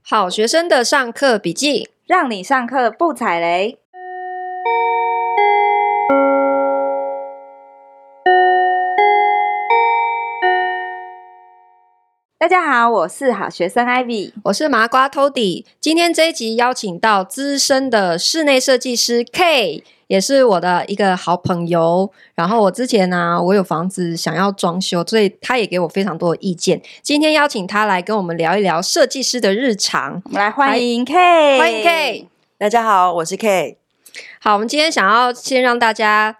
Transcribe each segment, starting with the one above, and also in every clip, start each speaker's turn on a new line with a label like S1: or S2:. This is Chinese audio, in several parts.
S1: 好学生的上课笔记，
S2: 让你上课不踩雷。大家好，我是好学生 Ivy。
S1: 我是麻瓜 Tody。今天这一集邀请到资深的室内设计师 K，也是我的一个好朋友。然后我之前呢、我有房子想要装修，所以他也给我非常多的意见。今天邀请他来跟我们聊一聊设计师的日常。
S2: 我们来欢迎 K，
S1: 欢迎 K。
S3: 大家好，我是 K。
S1: 好，我们今天想要先让大家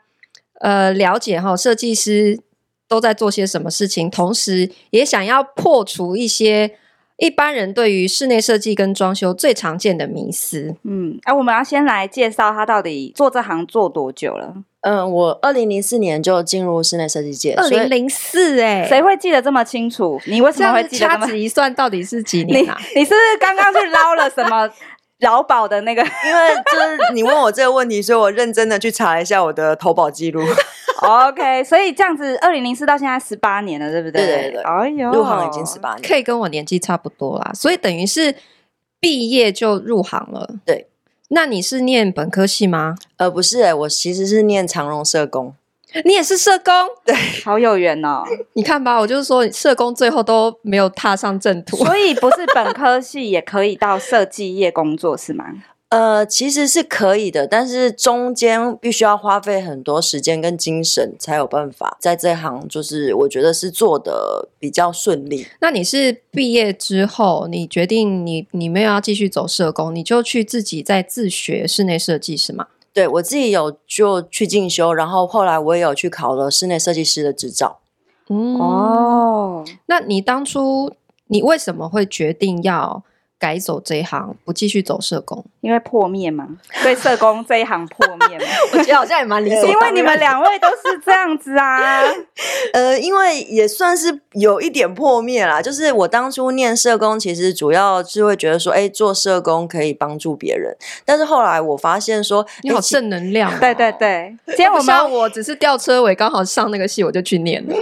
S1: 呃了解哈，设计师都在做些什么事情，同时也想要破除一些一般人对于室内设计跟装修最常见的迷思。
S2: 嗯，哎、我们要先来介绍他到底做这行做多久了？
S3: 嗯，我二零零四年就进入室内设计界，
S1: 二
S3: 所以
S1: 零零四哎，
S2: 谁会记得这么清楚？你为
S1: 这
S2: 什么
S1: 样
S2: 会
S1: 子
S2: 记得这
S1: 掐
S2: 么？
S1: 指一算，到底是几
S2: 你
S1: 年啊？
S2: 你是不是刚刚去捞了什么 劳保的那个？
S3: 因为就是你问我这个问题，所以我认真的去查了一下我的投保记 录，
S2: OK，所以这样子，二零零四到现在十八年了，对不对？
S3: 对对对
S2: 哎呦，
S3: 入行已经十八年。
S1: 可以跟我年纪差不多啦，所以等于是毕业就入行了。
S3: 对，
S1: 那你是念本科系吗？
S3: 呃，不是、欸，我其实是念长荣社工，
S1: 你也是社工？
S2: 好有缘 哦。
S1: 你看吧，我就是说，社工最后都没有踏上正途。
S2: 所以不是本科系也可以到设计业工作是吗？
S3: 呃，其实是可以的，但是中间必须要花费很多时间跟精神，才有办法在这行，就是我觉得是做的比较顺利。
S1: 那你是毕业之后，你决定你你没有要继续走社工，你就去自己再自学室内设计是吗？
S3: 对我自己有就去进修，然后后来我也有去考了室内设计师的执照。
S1: 嗯，
S2: 哦，
S1: 那你当初你为什么会决定要改走这一行，不继续走社工？
S2: 因为破灭嘛，对社工这一行破灭 嘛，
S1: 我觉得好像也蛮理
S3: 所
S2: 因为你们两位都是这样子 啊。
S3: 呃，因为也算是有一点破灭啦。就是我当初念社工，其实主要是会觉得说，哎、做社工可以帮助别人。但是后来我发现说，
S1: 你
S3: 诶
S1: 好
S3: 其
S1: 正能量、哦
S2: 对对。对，今天
S1: 不
S2: 我
S1: 像
S2: 们
S1: 我只是吊车尾，刚好上那个戏我就去念了。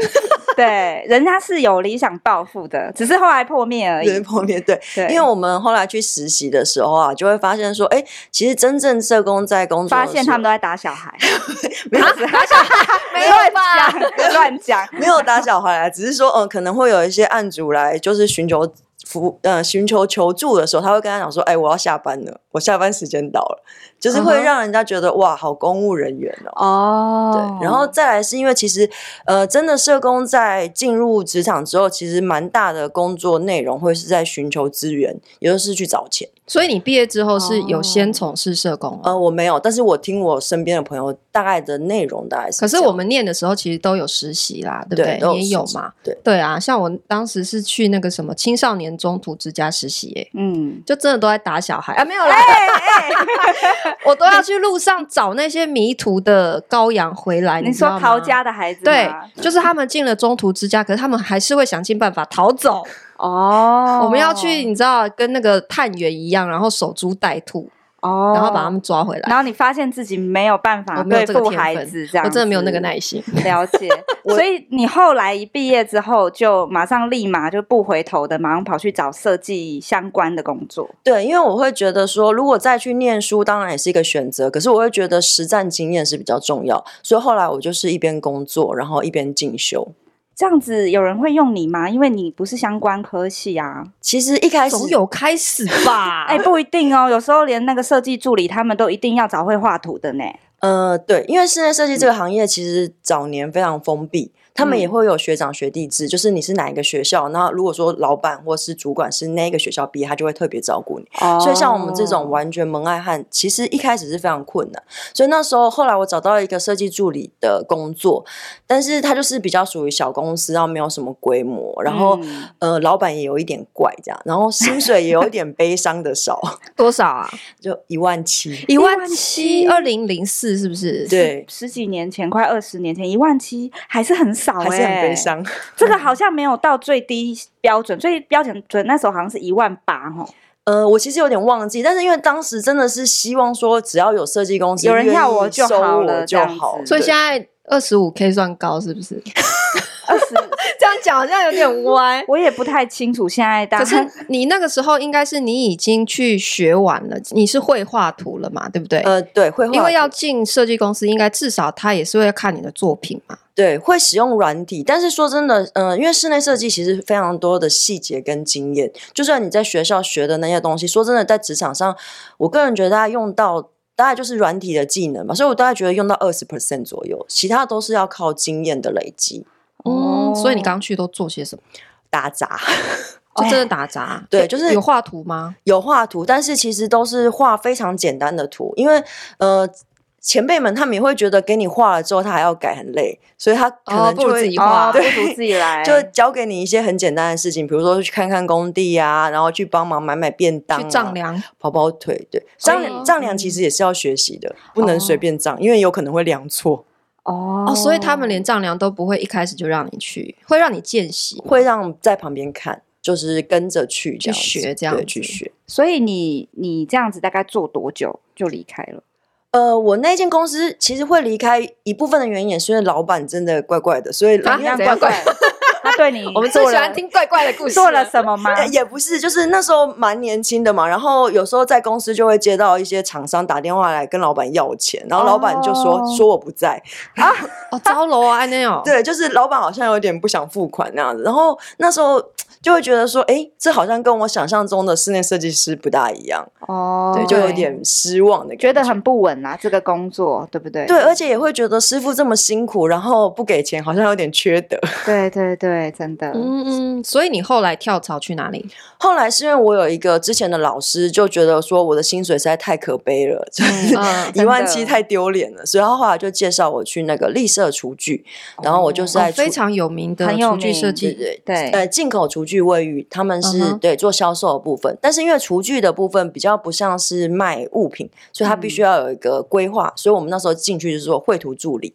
S2: 对人家是有理想抱负的，只是后来破灭而
S3: 对
S2: 已。
S3: 破灭对，
S2: 对，
S3: 因为我们后来去实习的时候啊，就会发现说，哎、其实真正社工在工作的
S2: 发现
S3: 时
S2: 他
S3: 候
S2: 们都在打小 孩，
S1: 啊 打小孩没有
S2: 乱
S1: 吧？
S2: 讲 乱讲。
S3: 没有打小孩啊，只是说，嗯、可能会有一些案主来，就是寻求服，呃，寻求求助的时候，他会跟他讲说，哎、我要下班了，我下班时间到了，就是
S1: 嗯
S3: 会
S1: 哼
S3: 让人家觉得哇，好公务人员哦。
S2: 哦
S3: 对，然后再来是因为其实，呃，真的社工在进入职场之后，其实蛮大的工作内容会是在寻求资源，也就是去找钱。
S1: 所以你毕业之后是有先
S2: 哦
S1: 从事社工哦、
S3: 呃，我没有，但是我听我身边的朋友大概的内容大概是这
S1: 可
S3: 样。
S1: 是我们念的时候其实都有实习啦，对不
S3: 对
S1: 对？
S3: 都有
S1: 你也有
S3: 实习
S1: 嘛？
S3: 对
S1: 啊，像我当时是去那个什么青少年中途之家实习、耶，
S2: 嗯，
S1: 就真的都在打小孩啊，没有啦，
S2: 哎哎，
S1: 我都要去路上找那些迷途的羔羊回来。
S2: 你
S1: 知道吗
S2: 说逃？家的孩子
S1: 对
S2: 吗，
S1: 就是他们进了中途之家，可是他们还是会想尽办法逃走。
S2: 哦，
S1: 我们要去，你知道，跟那个探员一样，然后守株待兔，
S2: 哦，
S1: 然后把他们抓回来。
S2: 然后你发现自己没有办法
S1: 我没有
S2: 对
S1: 这个
S2: 付
S1: 天分
S2: 孩子，这样
S1: 我真的没有那个耐
S2: 心。
S1: 心。
S2: 了 解，所以你后来一毕业之后，就马上立马就不回头的，马上跑去找设计相关的工作。
S3: 对，因为我会觉得说，如果再去念书，当然也是一个选择，可是我会觉得实战经验是比较重要，所以后来我就是一边工作，然后一边进修。
S2: 这样子有人会用你吗？因为你不是相关科系啊。
S3: 其实一开始
S1: 总有开始吧？
S2: 哎、不一定哦，有时候连那个设计助理他们都一定要找会画图的呢。
S3: 呃，对，因为室内设计这个行业其实早年非常封闭，他们也
S2: 嗯
S3: 会有学长学弟制，就是你是哪一个学校，那如果说老板或是主管是那个学校毕业，他就会特别照顾你。
S2: 哦
S3: 所以像我们这种完全门外汉，其实一开始是非常困难。所以那时候后来我找到一个设计助理的工作，但是他就是比较属于小公司，然后没有什么规模，然后、
S2: 嗯
S3: 呃老板也有一点怪这样，然后薪水也有一点悲伤的少，
S1: 多少 啊？
S3: 就一万七。
S1: 一万七，
S2: 17,000
S1: 二零零四是不是？
S3: 对，
S2: 十几年前，快二十年前，一万七还是很少、欸，
S3: 还是很悲。伤。
S2: 这个好像没有到最低标准，最低标准准那时候好像是一万八哈，
S3: 呃，我其实有点忘记，但是因为当时真的是希望说，只要有设计公司
S2: 有人
S3: 愿
S2: 要
S3: 意
S2: 我就
S3: 收
S2: 好
S3: 我
S2: 了这
S3: 就
S2: 样
S3: 好
S2: 子
S1: 所以
S3: 对
S1: 现在二十五 K 算高是不是？
S2: 二十
S1: 这样讲好像有点歪。
S2: 我也不太清楚现在 大
S1: 可
S2: 家
S1: 是你那个时候应该是你已经去学完了，你是会画图了嘛，对不对？
S3: 呃，对，会画
S1: 因为要
S3: 图
S1: 进设计公司，应该至少他也是会看你的作品嘛。
S3: 对会使用软体，但是说真的，呃，因为室内设计其实非常多的细节跟经验，就算你在学校学的那些东西，说真的，在职场上，我个人觉得大家用到。大概就是软体的技能嘛，所以我大概觉得用到二十 percent 左右，其他都是要靠经验的累积
S1: 嗯，
S2: 哦
S1: 所以你刚去都做些什么？
S3: 打杂。
S1: 就真的打杂？
S3: 对就是
S1: 有画图吗？
S3: 有画图，但是其实都是画非常简单的图，因为呃。前辈们他们也会觉得给你画了之后，他还要改很累，所以他可
S1: 哦
S3: 能
S1: 不
S3: 就
S1: 如
S3: 会、啊
S1: 自己
S2: 哦，
S1: 画
S2: 不
S3: 对
S2: 如自己来，
S3: 就交给你一些很简单的事情，比如说去看看工地啊，然后去帮忙买买便当、啊
S1: 去丈、量？
S3: 跑跑腿。对，丈量、
S1: 哦
S3: 丈量其实也是要学习的，不能随便丈，因为有可能会量错，
S2: 哦
S1: 哦，所以他们连丈量都不会一开始就让你去，会让你见习。
S3: 会让在旁边看，就是跟着去这样子
S1: 学这样
S3: 对
S1: 子
S3: 去学。
S2: 所以你你这样子大概做多久就离开了？
S3: 呃，我那间公司其实会离开一部分的原因，也是因为老板真的怪怪的，所以
S1: 啊
S3: 老板
S1: 怎样怪？
S2: 他对你
S1: 我们最
S2: 做
S1: 喜欢
S2: 了
S1: 听怪怪的故事。
S2: 做了什么吗？
S3: 呃也不是，就是那时候蛮年轻的嘛，然后有时候在公司就会接到一些厂商打电话来跟老板要钱，然后老板就说、
S2: 哦
S3: 说我不在，
S1: 哦，糟楼啊，那样哦。
S3: 对，就是老板好像有点不想付款那样子，然后那时候就会觉得说，哎，这好像跟我想象中的室内设计师不大一样，
S2: 哦
S3: 对，就有点失望的感
S2: 觉得很不稳啊，这个工作对不对？
S3: 对，
S1: 呃
S3: 而且也会觉得师傅这么辛苦，然后不给钱，好像有点缺德。
S2: 对对对，真的，
S1: 嗯嗯，所以你后来跳槽去哪里？
S3: 后来是因为我有一个之前的老师就觉得说我的薪水实在太可悲了，就是
S1: 嗯，
S3: 一
S2: 真
S3: 万
S2: 的
S3: 七太丢脸了，所以他后来就介绍我去那个丽舍厨具，然后我就是啊在
S1: 哦
S3: 厨、
S1: 非常有名的
S2: 很有
S1: 厨具设
S2: 名
S3: 对
S1: 计。
S3: 对
S2: 对
S3: 呃进口厨具卫浴，他们是、
S1: 嗯哼
S3: 对做销售的部分，但是因为厨具的部分比较不像是卖物品，所以它必须要有一个规划，所以我们那时候进去就是说绘图助理，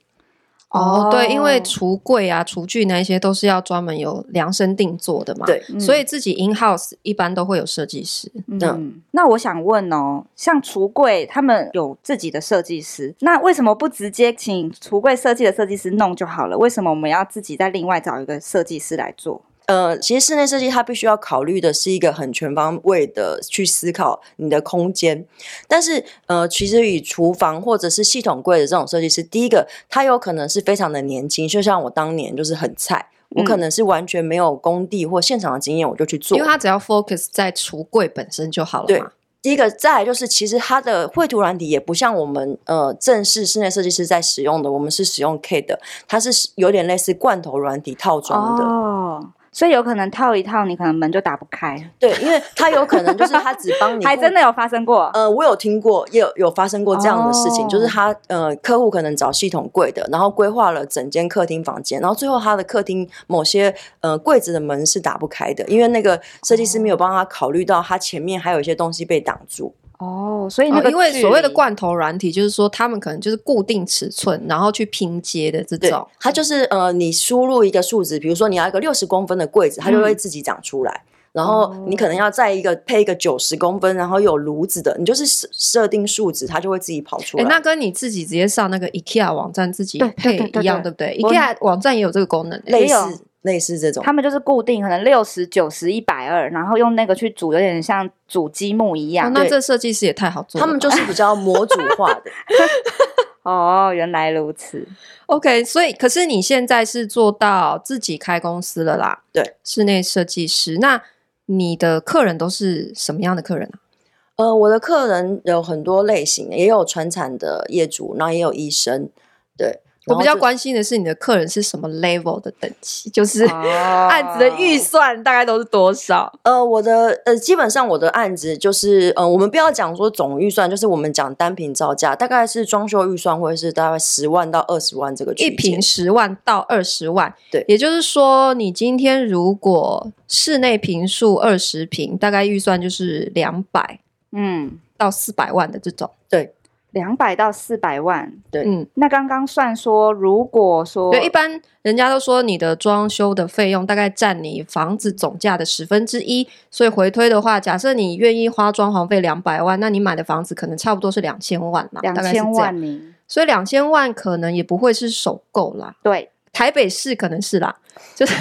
S1: 哦
S2: 哦，
S1: 对，因为橱柜啊、厨具那一些都是要专门有量身定做的嘛。
S3: 对，
S2: 嗯
S1: 所以自己 in house 一般都会有设计师。
S2: 嗯，那我想问哦，像橱柜他们有自己的设计师，那为什么不直接请橱柜设计的设计师弄就好了？为什么我们要自己再另外找一个设计师来做？
S3: 呃，其实室内设计它必须要考虑的是一个很全方位的去思考你的空间，但是呃，其实以厨房或者是系统柜的这种设计师，第一个他有可能是非常的年轻，就像我当年就是很菜。我可
S2: 嗯
S3: 能是完全没有工地或现场的经验，我就去做。
S1: 因为他只要 focus 在橱柜本身就好了
S3: 对
S1: 嘛。
S3: 第一个，再来就是，其实它的绘图软体也不像我们呃正式室内设计师在使用的，我们是使用 K 的，它是有点类似罐头软体套装的。
S2: 哦，所以有可能套一套，你可能门就打不开，
S3: 对，因为它有可能就是它只帮 你
S2: 还真的有发生过。
S3: 呃，我有听过，也有有发生过这样的事情，
S2: 哦
S3: 就是他呃，客户可能找系统柜的，然后规划了整间客厅房间，然后最后他的客厅某些呃柜子的门是打不开的，因为那个设计师没有帮他考虑到他前面还有一些东西被挡住。
S2: 哦，所以那
S1: 哦
S2: 个、
S1: 因为所谓的，罐头软体，就是说他们可能就是固定尺寸，然后去拼接的这
S3: 对
S1: 种。，
S3: 它就是呃，你输入一个数值，比如说你要一个六十公分的柜子，它就会
S2: 嗯
S3: 自己长出来。然后你
S2: 哦
S3: 可能要在一个配一个九十公分，然后有炉子的，你就是设设定数值，它就会自己跑出
S1: 哎
S3: 来。，
S1: 那跟你自己直接上那个 IKEA 网站自己
S2: 对
S1: 配
S2: 对对对
S1: 一样，对
S2: 对
S1: 不对
S2: 我
S1: ？IKEA 网站也有这个功能欸。
S3: 类
S2: 也有
S3: 似类似这种，
S2: 他们就是固定可能六十九十一百二，然后用那个去煮，有点像煮积木一
S1: 哦
S2: 样。
S1: 那
S3: 对
S1: 这设计师也太好做了
S3: 他
S1: 吧。
S3: 们就是比较模组 化的。
S2: 哦，原来如此。
S1: OK，所以可是你现在是做到自己开公司了啦，
S3: 对，
S1: 室内设计师。那你的客人都是什么样的客人啊？
S3: 呃，我的客人有很多类型，也有传产的业主，然后也有医生。对，
S1: 我比
S3: 然后
S1: 较
S3: 就
S1: 关心的是你的客人是什么 level 的等级，就是、
S3: 啊
S2: 哦
S1: 案子的预算大概都是多少？
S3: 呃，我的呃，基本上我的案子就是，呃，我们不要讲说总预算，就是我们讲单品造价，大概是装修预算会是大概十万到二十万这个区
S1: 一
S3: 间。
S1: 瓶十万到二十万，
S3: 对
S1: 也就是说，你今天如果室内平数二十平，大概预算就是两百
S2: 嗯，
S1: 到四百万的这种。
S2: 两百到四百万。
S3: 对
S1: 嗯，
S2: 那刚刚算说，如果说
S1: 对，一般人家都说你的装修的费用大概占你房子总价的十分之一，所以回推的话，假设你愿意花装潢费两百万，那你买的房子可能差不多是两千万啦，
S2: 两
S1: 大概是
S2: 千
S1: 这样。
S2: 万呢？
S1: 所以两千万可能也不会是首购啦，
S2: 对，
S1: 台北市可能是啦，就是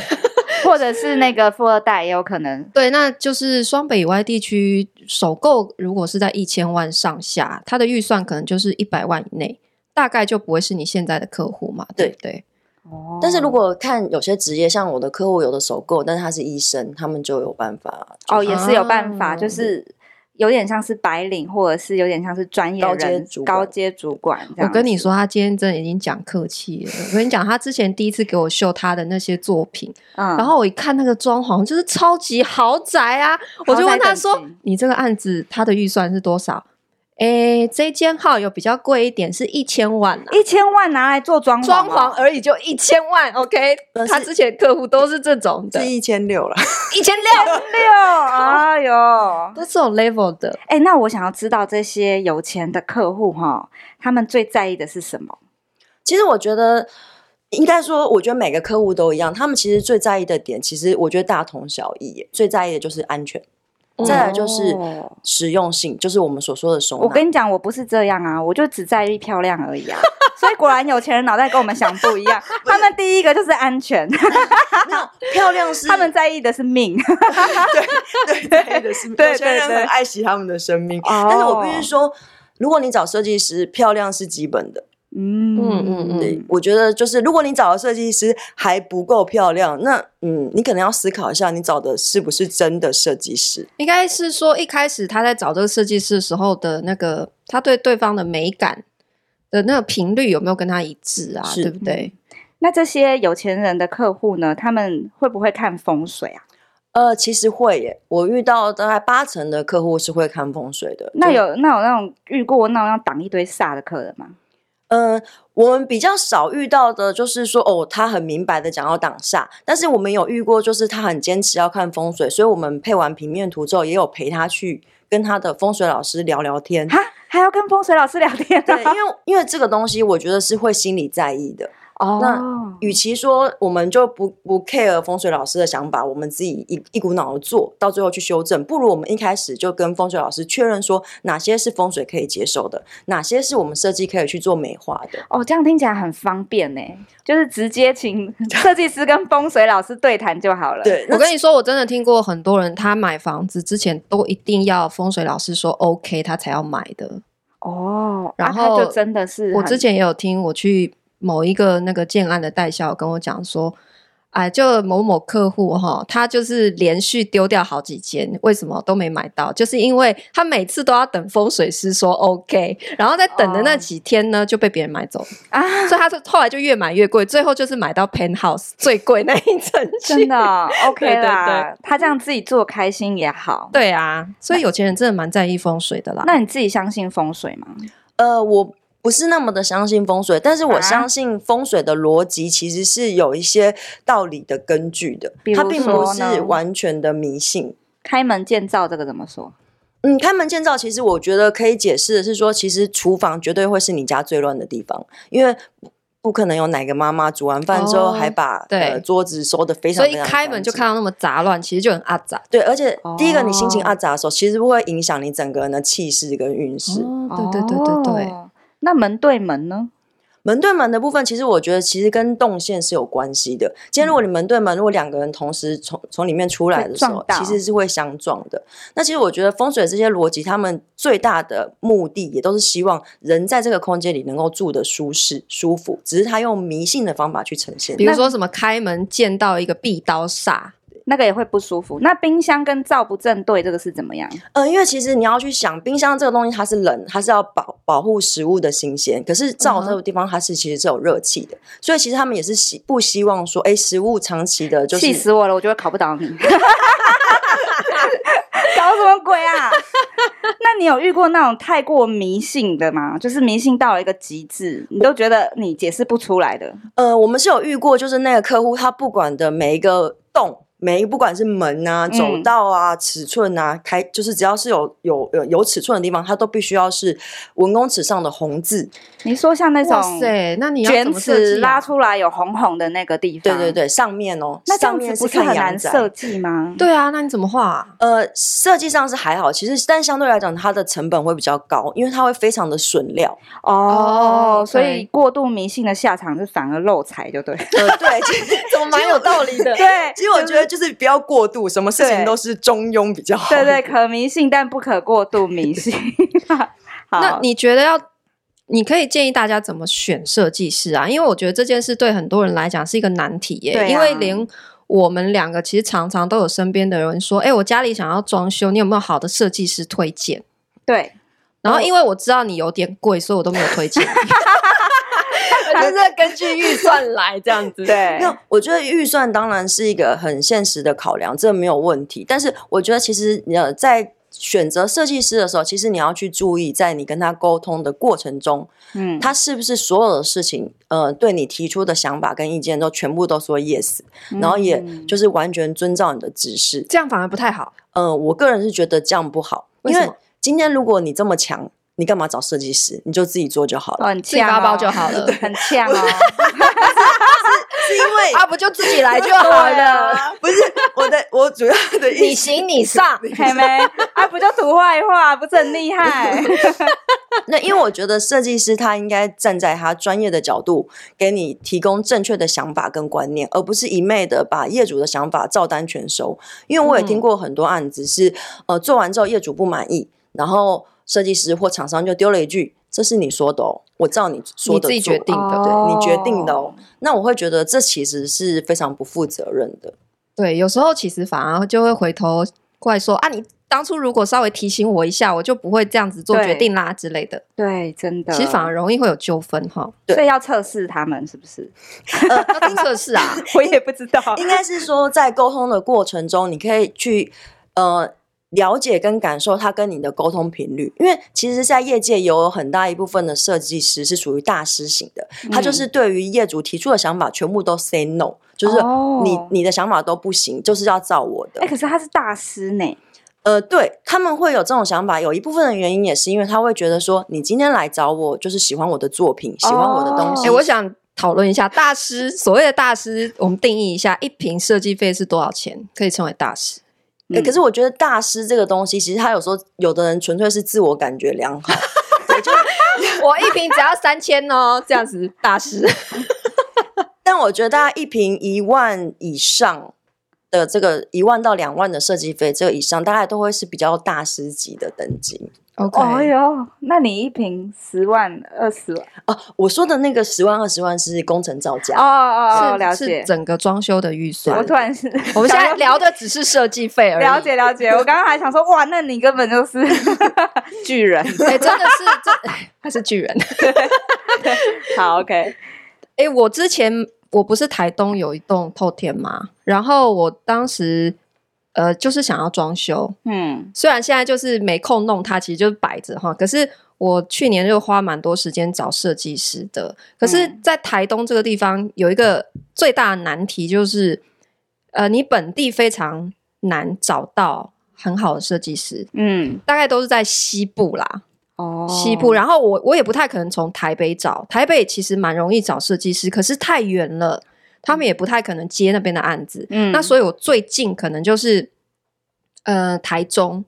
S2: 或者是那个富二代也有可能。
S1: 对，那就是双北以外地区首购，如果是在一千万上下，它的预算可能就是一百万以内，大概就不会是你现在的客户嘛，对不对？
S2: 哦
S3: 但是如果看有些职业，像我的客户有的首购，但是他是医生，他们就有办法
S2: 哦也是有办法，
S1: 啊
S2: 就是有点像是白领，或者是有点像是专业
S3: 高阶
S2: 人
S3: 主管
S2: 高阶主管这样子。
S1: 我跟你说，他今天真的已经讲客气了。我跟你讲，他之前第一次给我秀他的那些作品，
S2: 嗯，
S1: 然后我一看那个装潢，就是超级豪宅啊！我就问他
S2: 豪
S1: 说
S2: 宅等级：“
S1: 你这个案子它的预算是多少？”诶，这间号有比较贵一点，是一千万啊。
S2: 一千万拿来做装
S1: 装
S2: 潢呃
S1: 潢
S2: 哦
S1: 而已就一千万，OK？
S3: 但是
S1: 他之前客户都是这种的，
S3: 一千六了。
S1: 一千 六，
S2: 六，哎呦，
S1: 都是这种 level 的。
S2: 哎、那我想要知道这些有钱的客户哈，他们最在意的是什么？
S3: 其实我觉得。应该说，我觉得每个客户都一样，他们其实最在意的点，其实我觉得大同小异耶。最在意的就是安全，再来就是
S2: 哦
S3: 实用性，就是我们所说的收纳。
S2: 我跟你讲，我不是这样啊，我就只在意漂亮而已啊。所以果然有钱人脑袋跟我们想不一样，他们第一个就是安全，
S3: 漂亮是
S2: 他们 在意的是命。
S3: 对在意的是
S2: 对
S3: 有些人
S2: 对对
S3: 很爱惜他们的生命，
S2: 哦
S3: 但是我必须说，如果你找设计师，漂亮是基本的。
S2: 嗯
S1: 嗯嗯
S3: 对，我觉得就是如果你找的设计师还不够漂亮，那嗯，你可能要思考一下，你找的是不是真的设计师？
S1: 应该是说一开始他在找这个设计师的时候的那个，他对对方的美感的那个频率有没有跟他一致啊？
S3: 是
S1: 对不对？
S2: 那这些有钱人的客户呢，他们会不会看风水啊？
S3: 呃，其实会耶，我遇到大概八成的客户是会看风水的。
S2: 那
S3: 对
S2: 有那有那种遇过那种要挡一堆煞的客人吗？
S3: 呃，我们比较少遇到的就是说，哦，他很明白的讲要挡煞，但是我们有遇过，就是他很坚持要看风水，所以我们配完平面图之后，也有陪他去跟他的风水老师聊聊天。
S2: 哈，还要跟风水老师聊天、啊
S3: 对，因为因为这个东西，我觉得是会心里在意的。
S2: 哦，
S3: 与其说我们就不不 care 风水老师的想法，我们自己一一股脑的做到最后去修正，不如我们一开始就跟风水老师确认说，哪些是风水可以接受的，哪些是我们设计可以去做美化的。
S2: 哦，这样听起来很方便呢，就是直接请设计师跟风水老师对谈就好了。，
S3: 对，那
S1: 我跟你说，我真的听过很多人，他买房子之前都一定要风水老师说 OK，他才要买的。
S2: 哦，
S1: 然
S2: 啊他
S1: 后
S2: 就真的是
S1: 我
S2: 很
S1: 之前也有听我去某一个那个建案的代销跟我讲说，哎，就某某客户哈，他就是连续丢掉好几间，为什么都没买到？就是因为他每次都要等风水师说 OK，然后在等的那
S2: 哦
S1: 几天呢，就被别人买走了，
S2: 啊，
S1: 所以他就后来就越买越贵，最后就是买到 penthouse 最贵那一层
S2: 真
S1: 去。
S2: 的哦 OK
S1: 对对
S2: 啦，他这样自己做开心也好。
S1: 对啊，所以有钱人真的蛮在意风水的啦。
S2: 那你自己相信风水吗？
S3: 呃，我不是那么的相信风水，但是
S2: 啊
S3: 我相信风水的逻辑其实是有一些道理的根据的
S2: 比，
S3: 它
S2: 如
S3: 并不
S2: 说呢
S3: 是完全的迷信。
S2: 开门见灶这个怎么说？
S3: 嗯，开门见灶，其实我觉得可以解释的是说，其实厨房绝对会是你家最乱的地方，因为不不可能有哪个妈妈煮完饭之
S1: 哦
S3: 后还把、
S1: 对
S3: 呃、桌子收的非常
S1: 所以
S3: 非
S1: 一
S3: 常
S1: 开门
S3: 干
S1: 就
S3: 净
S1: 看到那么杂乱，其实就很阿杂。
S3: 对，而且第一个你心情
S2: 哦
S3: 阿杂的时候，其实会影响你整个人的气势跟运势。
S1: 哦，对对对对对。
S2: 哦那门对门呢？
S3: 门对门的部分，其实我觉得其实跟动线是有关系的。今天如果你门对门，如果两个人同时从从里面出来的时
S2: 会
S3: 候
S2: 嗯撞，到
S3: 其实是会相撞的。那其实我觉得风水这些逻辑，他们最大的目的也都是希望人在这个空间里能够住得舒适、舒服，只是他用迷信的方法去呈
S2: 嗯
S3: 现
S1: 比。如说什么开门见到一个壁刀煞，
S2: 那个也会不舒服。那冰箱跟灶不正对，这个是怎么样？
S3: 嗯，因为其实你要去想，冰箱这个东西它是冷，它是要保保护食物的新鲜。可是
S1: 嗯
S3: 灶
S1: 哼
S3: 这个地方它是其实是有热气的，所以其实他们也是希不希望说，哎，食物长期的就是
S2: 气死我了！我觉得考不倒你， 搞什么鬼啊？那你有遇过那种太过迷信的吗？就是迷信到了一个极致，你都觉得你解释不出来的
S3: 呃，我们是有遇过，就是那个客户他不管的每一个洞。每一不管是门啊、走
S2: 嗯
S3: 道啊、尺寸啊，开就是只要是有有有有尺寸的地方，它都必须要是文公尺上的红字。
S2: 你说像那
S1: 哇
S2: 种
S1: 塞，那你要
S2: 卷
S1: 怎么设计
S2: 尺
S1: 啊
S2: 拉出来有红红的那个地
S3: 对
S2: 方，
S3: 对。对，上面哦，
S2: 那这
S3: 上
S2: 样
S3: 面
S2: 子不是
S3: 看
S2: 很
S3: 阳
S2: 难
S3: 宅
S2: 设计吗？
S1: 对啊，那你怎么画啊？
S3: 呃，设计上是还好，其实但相对来讲，它的成本会比较高，因为它会非常的损料。
S1: 哦
S2: 哦，所
S1: 对
S2: 以过度迷信的下场是反而漏财，就对。
S3: 呃，对，其 实
S1: 怎么蛮有道理 的
S2: 对，
S3: 其实我觉得就是不要过度，什么事情
S2: 对
S3: 都是中庸比较 好。
S2: 对对，可迷信但不可过度迷信。好，
S1: 那你觉得要，你可以建议大家怎么选设计师啊？因为我觉得这件事对很多人来讲是一个难题耶、
S2: 对啊
S1: 因为连我们两个其实常常都有身边的人说：“哎、我家里想要装修，你有没有好的设计师推荐
S2: 对？”
S1: 然后因为我知道你有点贵，所以我都没有推荐 你。我就是根据预算来这样 子。
S2: 对
S3: 没有，我觉得预算当然是一个很现实的考量，这没有问题。但是我觉得其实呃，在选择设计师的时候，其实你要去注意，在你跟他沟通的过程中，
S2: 嗯，
S3: 他是不是所有的事情，呃，对你提出的想法跟意见都全部都说 yes，然后也
S2: 嗯
S3: 就是完全遵照你的指示。
S1: 这样反而不太好。
S3: 嗯，我个人是觉得这样不好，
S1: 为
S3: 因
S1: 什
S3: 为
S1: 么
S3: 今天如果你这么强，你干嘛找设计师？你就自己做就好
S2: 哦
S3: 了。
S2: 很
S1: 自己
S2: 呛
S1: 发包
S2: 哦
S1: 就好了
S2: 很呛哦。
S3: 是因为
S1: 啊，不就自己来就好
S2: 啊
S1: 了？
S3: 不是我的，我主要的意
S1: 你
S3: 思，
S1: 行你上。
S2: 嘿没啊，不就图画一画，不是很厉害？
S3: 那因为我觉得设计师他应该站在他专业的角度，给你提供正确的想法跟观念，而不是一昧的把业主的想法照单全收。因为我也
S1: 嗯
S3: 听过很多案子是，呃，做完之后业主不满意，然后设计师或厂商就丢了一句：“这是你说的哦，我照你说的
S1: 你自己
S3: 做
S1: 决定的
S3: 对你决定的哦。那我会觉得这其实是非常不负责任的。
S1: 对，有时候其实反而就会回头怪说啊，你当初如果稍微提醒我一下，我就不会这样子做决
S2: 对
S1: 定啦之类的。
S2: 对，真的。
S1: 其实反而容易会有纠纷哈。
S3: 对
S2: 所以要测试他们是不是？
S1: 要怎么测试 啊？
S2: 我也不知道。
S3: 应该是说，在沟通的过程中，你可以去呃了解跟感受他跟你的沟通频率，因为其实，在业界有很大一部分的设计师是属于大师型的，
S2: 嗯
S3: 他就是对于业主提出的想法全部都 say no，就是
S2: 哦
S3: 你、你的想法都不行，就是要照我的
S2: 哎，。可是他是大师呢。
S3: 呃，对他们会有这种想法，有一部分的原因也是因为他会觉得说，你今天来找我就是喜欢我的作品，喜欢我的东
S2: 哦
S1: 哎、
S3: 西。
S1: 我想讨论一下大师，所谓的大师，我们定义一下，一瓶设计费是多少钱可以称为大师？哎
S3: 欸可
S2: 嗯
S3: 是我觉得大师这个东西，其实他有时候有的人纯粹是自我感觉良好，
S1: 我一瓶只要三千哦，这样子大师。
S3: 但我觉得大家一瓶一万以上的这个一万到两万的设计费，这个以上大概都会是比较大师级的等级
S1: OK，、
S2: 哦哟，那你一瓶十万、二十万？
S3: 哦、我说的那个十万二十万是工程造
S2: 哦
S3: 价，
S2: 哦哦，了
S1: 是
S2: 解
S1: 是。整个装修的预算
S2: 我。突然是，
S1: 我们现在聊的只是设计费而已。
S2: 了解了解，我刚刚还想说，哇，那你根本就是 巨人。
S1: 哎、真的是这，哎他是巨人。
S2: 好，OK，
S1: 诶，我之前我不是台东有一栋透天嘛，然后我当时呃就是想要装修，
S2: 嗯，
S1: 虽然现在就是没空弄它，其实就是摆着哈，可是。我去年就花蛮多时间找设计师的，可是，
S2: 嗯
S1: 在台东这个地方有一个最大的难题就是，呃，你本地非常难找到很好的设计师，
S2: 嗯，
S1: 大概都是在西部啦，
S2: 哦
S1: 西部，然后我我也不太可能从台北找，台北其实蛮容易找设计师，可是太远了，他们也不太可能接那边的案子。
S2: 嗯
S1: 那所以我最近可能就是呃台中，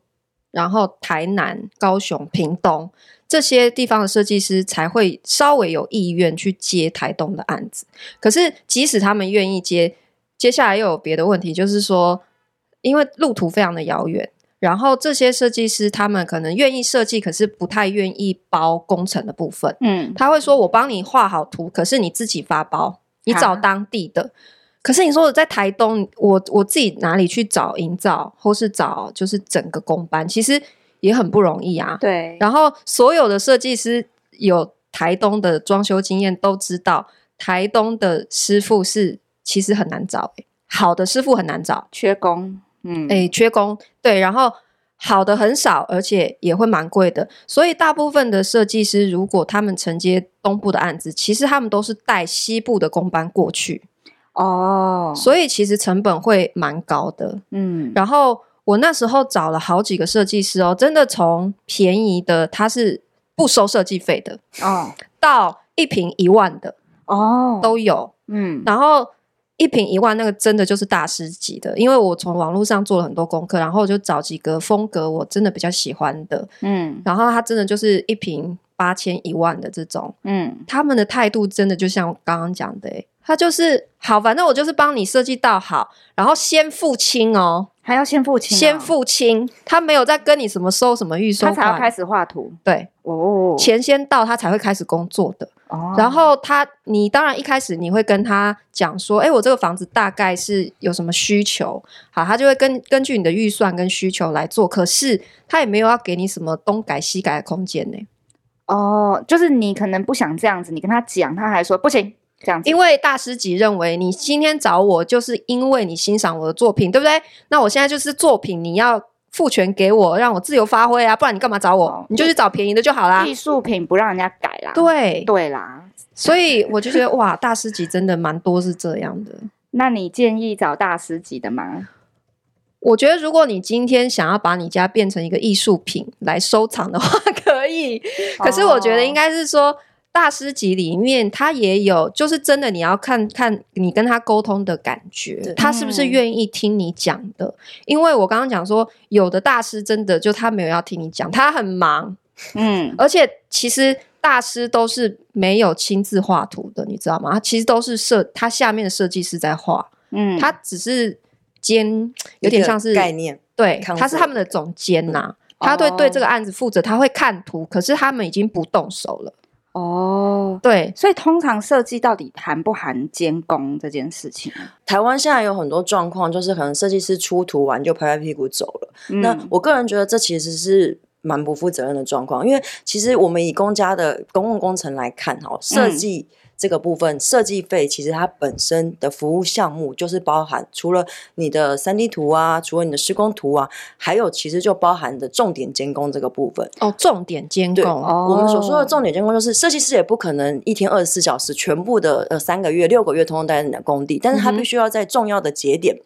S1: 然后台南、高雄、屏东这些地方的设计师才会稍微有意愿去接台东的案子。可是即使他们愿意接，接下来又有别的问题，就是说，因为路途非常的遥远。然后这些设计师他们可能愿意设计，可是不太愿意包工程的部分。
S2: 嗯，
S1: 他会说：“我帮你画好图，可是你自己发包，你找
S2: 啊
S1: 当地的。可是你说我在台东，我我自己哪里去找营造，或是找就是整个工班，其实也很不容易啊。
S2: 对，
S1: 然后所有的设计师有台东的装修经验都知道，台东的师傅是其实很难找、欸，好的师傅很难找。
S2: 缺工，嗯，
S1: 诶，缺工，对，然后好的很少，而且也会蛮贵的。所以大部分的设计师，如果他们承接东部的案子，其实他们都是带西部的工班过去。
S2: 哦，
S1: 所以其实成本会蛮高的。
S2: 嗯，
S1: 然后我那时候找了好几个设计师哦，真的从便宜的它是不收设计费的，
S2: 哦
S1: 到一瓶一万的
S2: 哦，
S1: 都有。
S2: 嗯
S1: 然后一瓶一万那个真的就是大师级的，因为我从网络上做了很多功课，然后我就找几个风格我真的比较喜欢的，
S2: 嗯
S1: 然后它真的就是一瓶八千一万的这种，
S2: 嗯
S1: 他们的态度真的就像我刚刚讲的、欸，他就是好，反正我就是帮你设计到好，然后先付清哦，
S2: 还要先付清哦，
S1: 先付清，他没有再跟你什么收什么预收
S2: 他才要开
S1: 款，
S2: 始画图
S1: 对，
S2: 哦，
S1: 钱先到他才会开始工作的。
S2: 哦
S1: 然后他，你当然一开始你会跟他讲说，哎，我这个房子大概是有什么需求，好，他就会根根据你的预算跟需求来做。可是他也没有要给你什么东改西改的空间呢，
S2: 哦，就是你可能不想这样子，你跟他讲，他还说不行，这样子，
S1: 因为大师级认为你今天找我就是因为你欣赏我的作品，对不对？那我现在就是作品，你要赋权给我，让我自由发挥啊，不然你干嘛找
S2: 哦
S1: 我？你就去找便宜的就好啦
S2: 啊艺。术品不让人家改啦，
S1: 对，
S2: 对啦。
S1: 所以我就觉得哇，大师级真的蛮多是这样的。
S2: 那你建议找大师级的吗？
S1: 我觉得，如果你今天想要把你家变成一个艺术品来收藏的话， 可以。可是我觉得应
S3: 哦
S1: 该是说，大师级里面它也有，就是真的你要看看你跟他沟通的感觉
S3: 对，嗯
S1: 他是不是愿意听你讲的。因为我刚刚讲说，有的大师真的就他没有要听你讲，他很忙，
S2: 嗯，
S1: 而且其实大师都是没有亲自画图的，你知道吗？他其实都是设他下面的设计师在画，
S2: 嗯
S1: 他只是兼有点像是
S3: 概念，
S1: 对，
S3: 康
S1: 他是
S3: 复嗯
S1: 他们的总监呐、他对对
S2: 哦
S1: 这个案子负责，他会看图，可是他们已经不动手了。
S2: 哦，
S1: 对，
S2: 所以通常设计到底含不含监工这件事情？啊
S3: 台湾现在有很多状况，就是可能设计师出图完就拍拍屁股走了。那
S2: 嗯
S3: 我个人觉得这其实是。蛮不负责任的状况，因为其实我们以公家的公共工程来看，哈，设
S1: 嗯
S3: 计这个部分，设计费其实它本身的服务项目就是包含除了你的三 D 图啊，除了你的施工图啊，还有其实就包含的重点监工这个部分。
S1: 哦，重点监控，
S3: 对
S1: 哦
S2: 哦
S3: 我们所说的重点监工就是，设计师也不可能一天二十四小时全部的呃三个月、六个月通通待在你的工地，但是
S1: 嗯
S3: 他
S1: 哼
S3: 必须要在重要的节点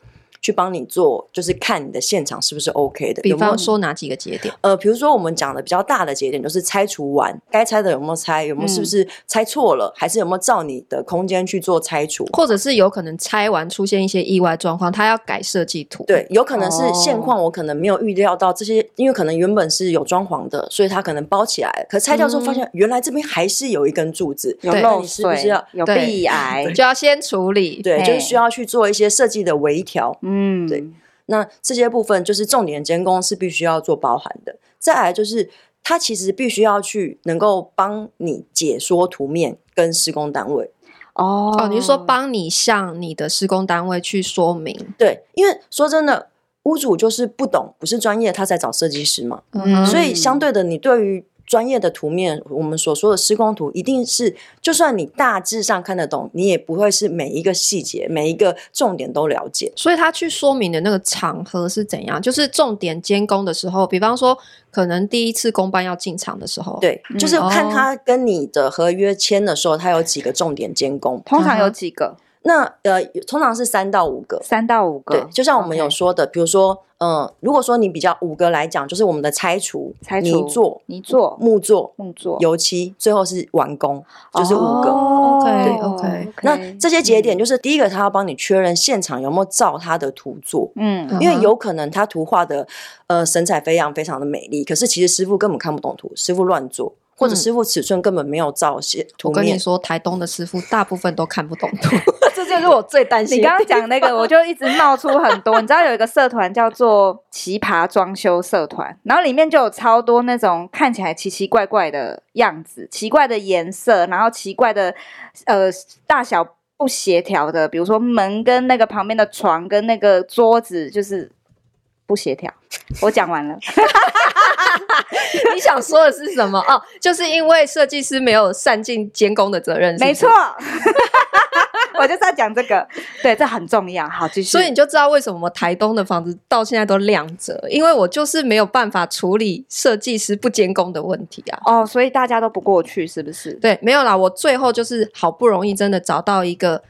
S3: 去帮你做，就是看你的现场是不是 OK 的，
S1: 比
S3: 有没有
S1: 方说哪几个节点？
S3: 呃，比如说我们讲的比较大的节点，就是拆除完该拆的有没有拆，有没有
S2: 嗯
S3: 是不是拆错了，还是有没有照你的空间去做拆除？
S1: 或者是有可能拆完出现一些意外状况，他要改设计图。
S3: 对，有可能是现
S2: 哦
S3: 况，我可能没有预料到这些，因为可能原本是有装潢的，所以它可能包起来了，可拆掉之后发现原来这边还是有一根柱子，
S2: 嗯有
S1: 对
S3: 那
S2: 漏
S3: 你是不
S2: 水
S3: 是要，
S2: 有
S1: 对
S2: 壁癌，
S1: 就要先处理。
S3: 对，就是需
S2: 嘿
S3: 要去做一些设计的微调。
S2: 嗯，
S3: 对，那这些部分就是重点监工是必须要做包含的。再来就是，它其实必须要去能够帮你解说图面跟施工单位。
S2: 哦
S1: 哦，你是说帮你向你的施工单位去说明？
S3: 对，因为说真的，屋主就是不懂，不是专业，他才找设计师嘛。
S1: 嗯
S2: 嗯
S1: 哼，
S3: 所以相对的，你对于专业的图面，我们所说的施工图，一定是就算你大致上看得懂，你也不会是每一个细节、每一个重点都了解。
S1: 所以他去说明的那个场合是怎样？就是重点监工的时候，比方说可能第一次公班要进场的时候，，
S3: 对，就是
S1: 嗯
S3: 看
S1: 哦
S3: 他跟你的合约签的时候，他有几个重点监工。
S2: 通常
S1: 嗯
S2: 有
S1: 哼
S2: 几个？
S3: 那呃，通常是三到五个。
S2: 三到五
S3: 对
S2: 个，，
S3: 就像我们
S2: OK
S3: 有说的，比如说，嗯，如果说你比较五个来讲，就是我们的拆除、
S2: 拆
S3: 泥
S2: 除
S3: 做、
S2: 泥做、
S3: 木做、
S2: 木做，
S3: 油漆，最后是完工，就是五个。
S2: 哦嗯
S1: OK，OK
S3: 那这些节点就是第一个，他要帮你确认现场有没有照他的图做，
S2: 嗯
S1: 嗯
S3: 因为
S1: 哼
S3: 有可能他图画的呃神采飞扬，非常的美丽，可是其实师傅根本看不懂图，师傅乱做，或者
S1: 嗯
S3: 师傅尺寸根本没有照写图
S1: 我跟你
S3: 面。
S1: 说，台东的师傅大部分都看不懂图。
S3: 这就是我最担
S2: 你刚刚讲那个，我就一直冒出很多。你知道有一个社团叫做“奇葩装修社团”，然后里面就有超多那种看起来奇奇怪怪的样子、奇怪的颜色，然后奇怪的呃大小不协调的，比如说门跟那个旁边的床跟那个桌子就是不协调。 我讲完了，
S1: 你想说的是什么？哦，就是因为设计师没有善尽监工的责任，是不是
S2: 没错。， 我就是要讲这个，对，这很重要。好，继续。
S1: 所以你就知道为什么台东的房子到现在都亮着，因为我就是没有办法处理设计师不监工的问题啊。
S2: 哦，所以大家都不过去，是不是？
S1: 对，没有啦，我最后就是好不容易真的找到一个。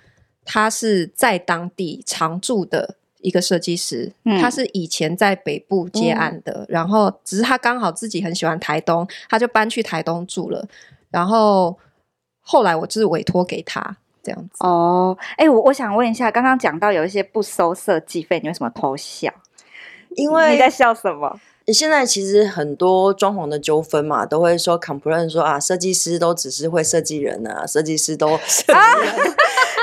S1: 他是在当地常住的一个设计师，
S2: 嗯
S1: 他是以前在北部接案的，然后只是他刚好自己很喜欢台东，他就搬去台东住了。然后后来我就是委托给他这样子，
S2: 哦，哎、我我想问一下，刚刚讲到有一些不收设计费，你为什么偷笑？
S3: 因
S2: 你
S3: 为
S2: 在笑什么？
S3: 现在其实很多装潢的纠纷嘛，都会说 complain 说啊，设计师都只是会设计人啊，设计 师都啊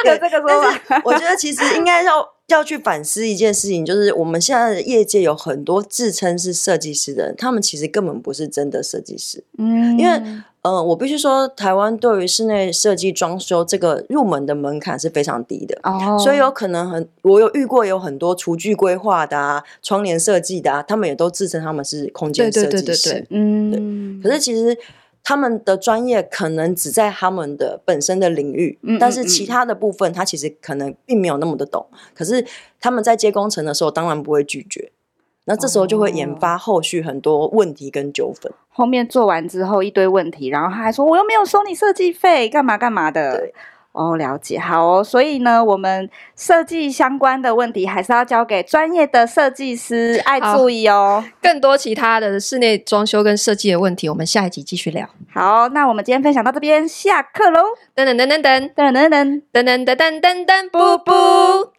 S2: 有这个说法？
S3: 我觉得其实应该要要去反思一件事情，就是我们现在的业界有很多自称是设计师的人，他们其实根本不是真的设计师。
S2: 嗯
S3: 因为呃，我必须说，台湾对于室内设计装修这个入门的门槛是非常低的。
S2: 哦，
S3: 所以有可能很，我有遇过有很多厨具规划的啊、窗帘设计的啊，他们也都自称他们是空间
S1: 对
S3: 设
S1: 对
S3: 计师。
S1: 对对对
S2: 嗯，
S3: 可是其实他们的专业可能只在他们的本身的领域，
S2: 嗯
S3: 但是其他的部分他其实可能并没有那么的懂。可是他们在接工程的时候，当然不会拒绝。那这时候就会研
S2: 哦
S3: 发后续很多问题跟纠纷。
S2: 后面做完之后一堆问题，然后他还说我又没有收你设计费，干嘛干嘛的
S3: 对。
S2: 哦，了解，好哦。所以呢，我们设计相关的问题还是要交给专业的设计师，爱
S1: 好
S2: 注意哦。
S1: 更多其他的室内装修跟设计的问题，我们下一集继续聊。
S2: 好，那我们今天分享到这边，下课喽。
S1: 噔噔噔噔噔
S2: 噔噔噔噔。
S1: 噔噔噔噔噔噔，布布。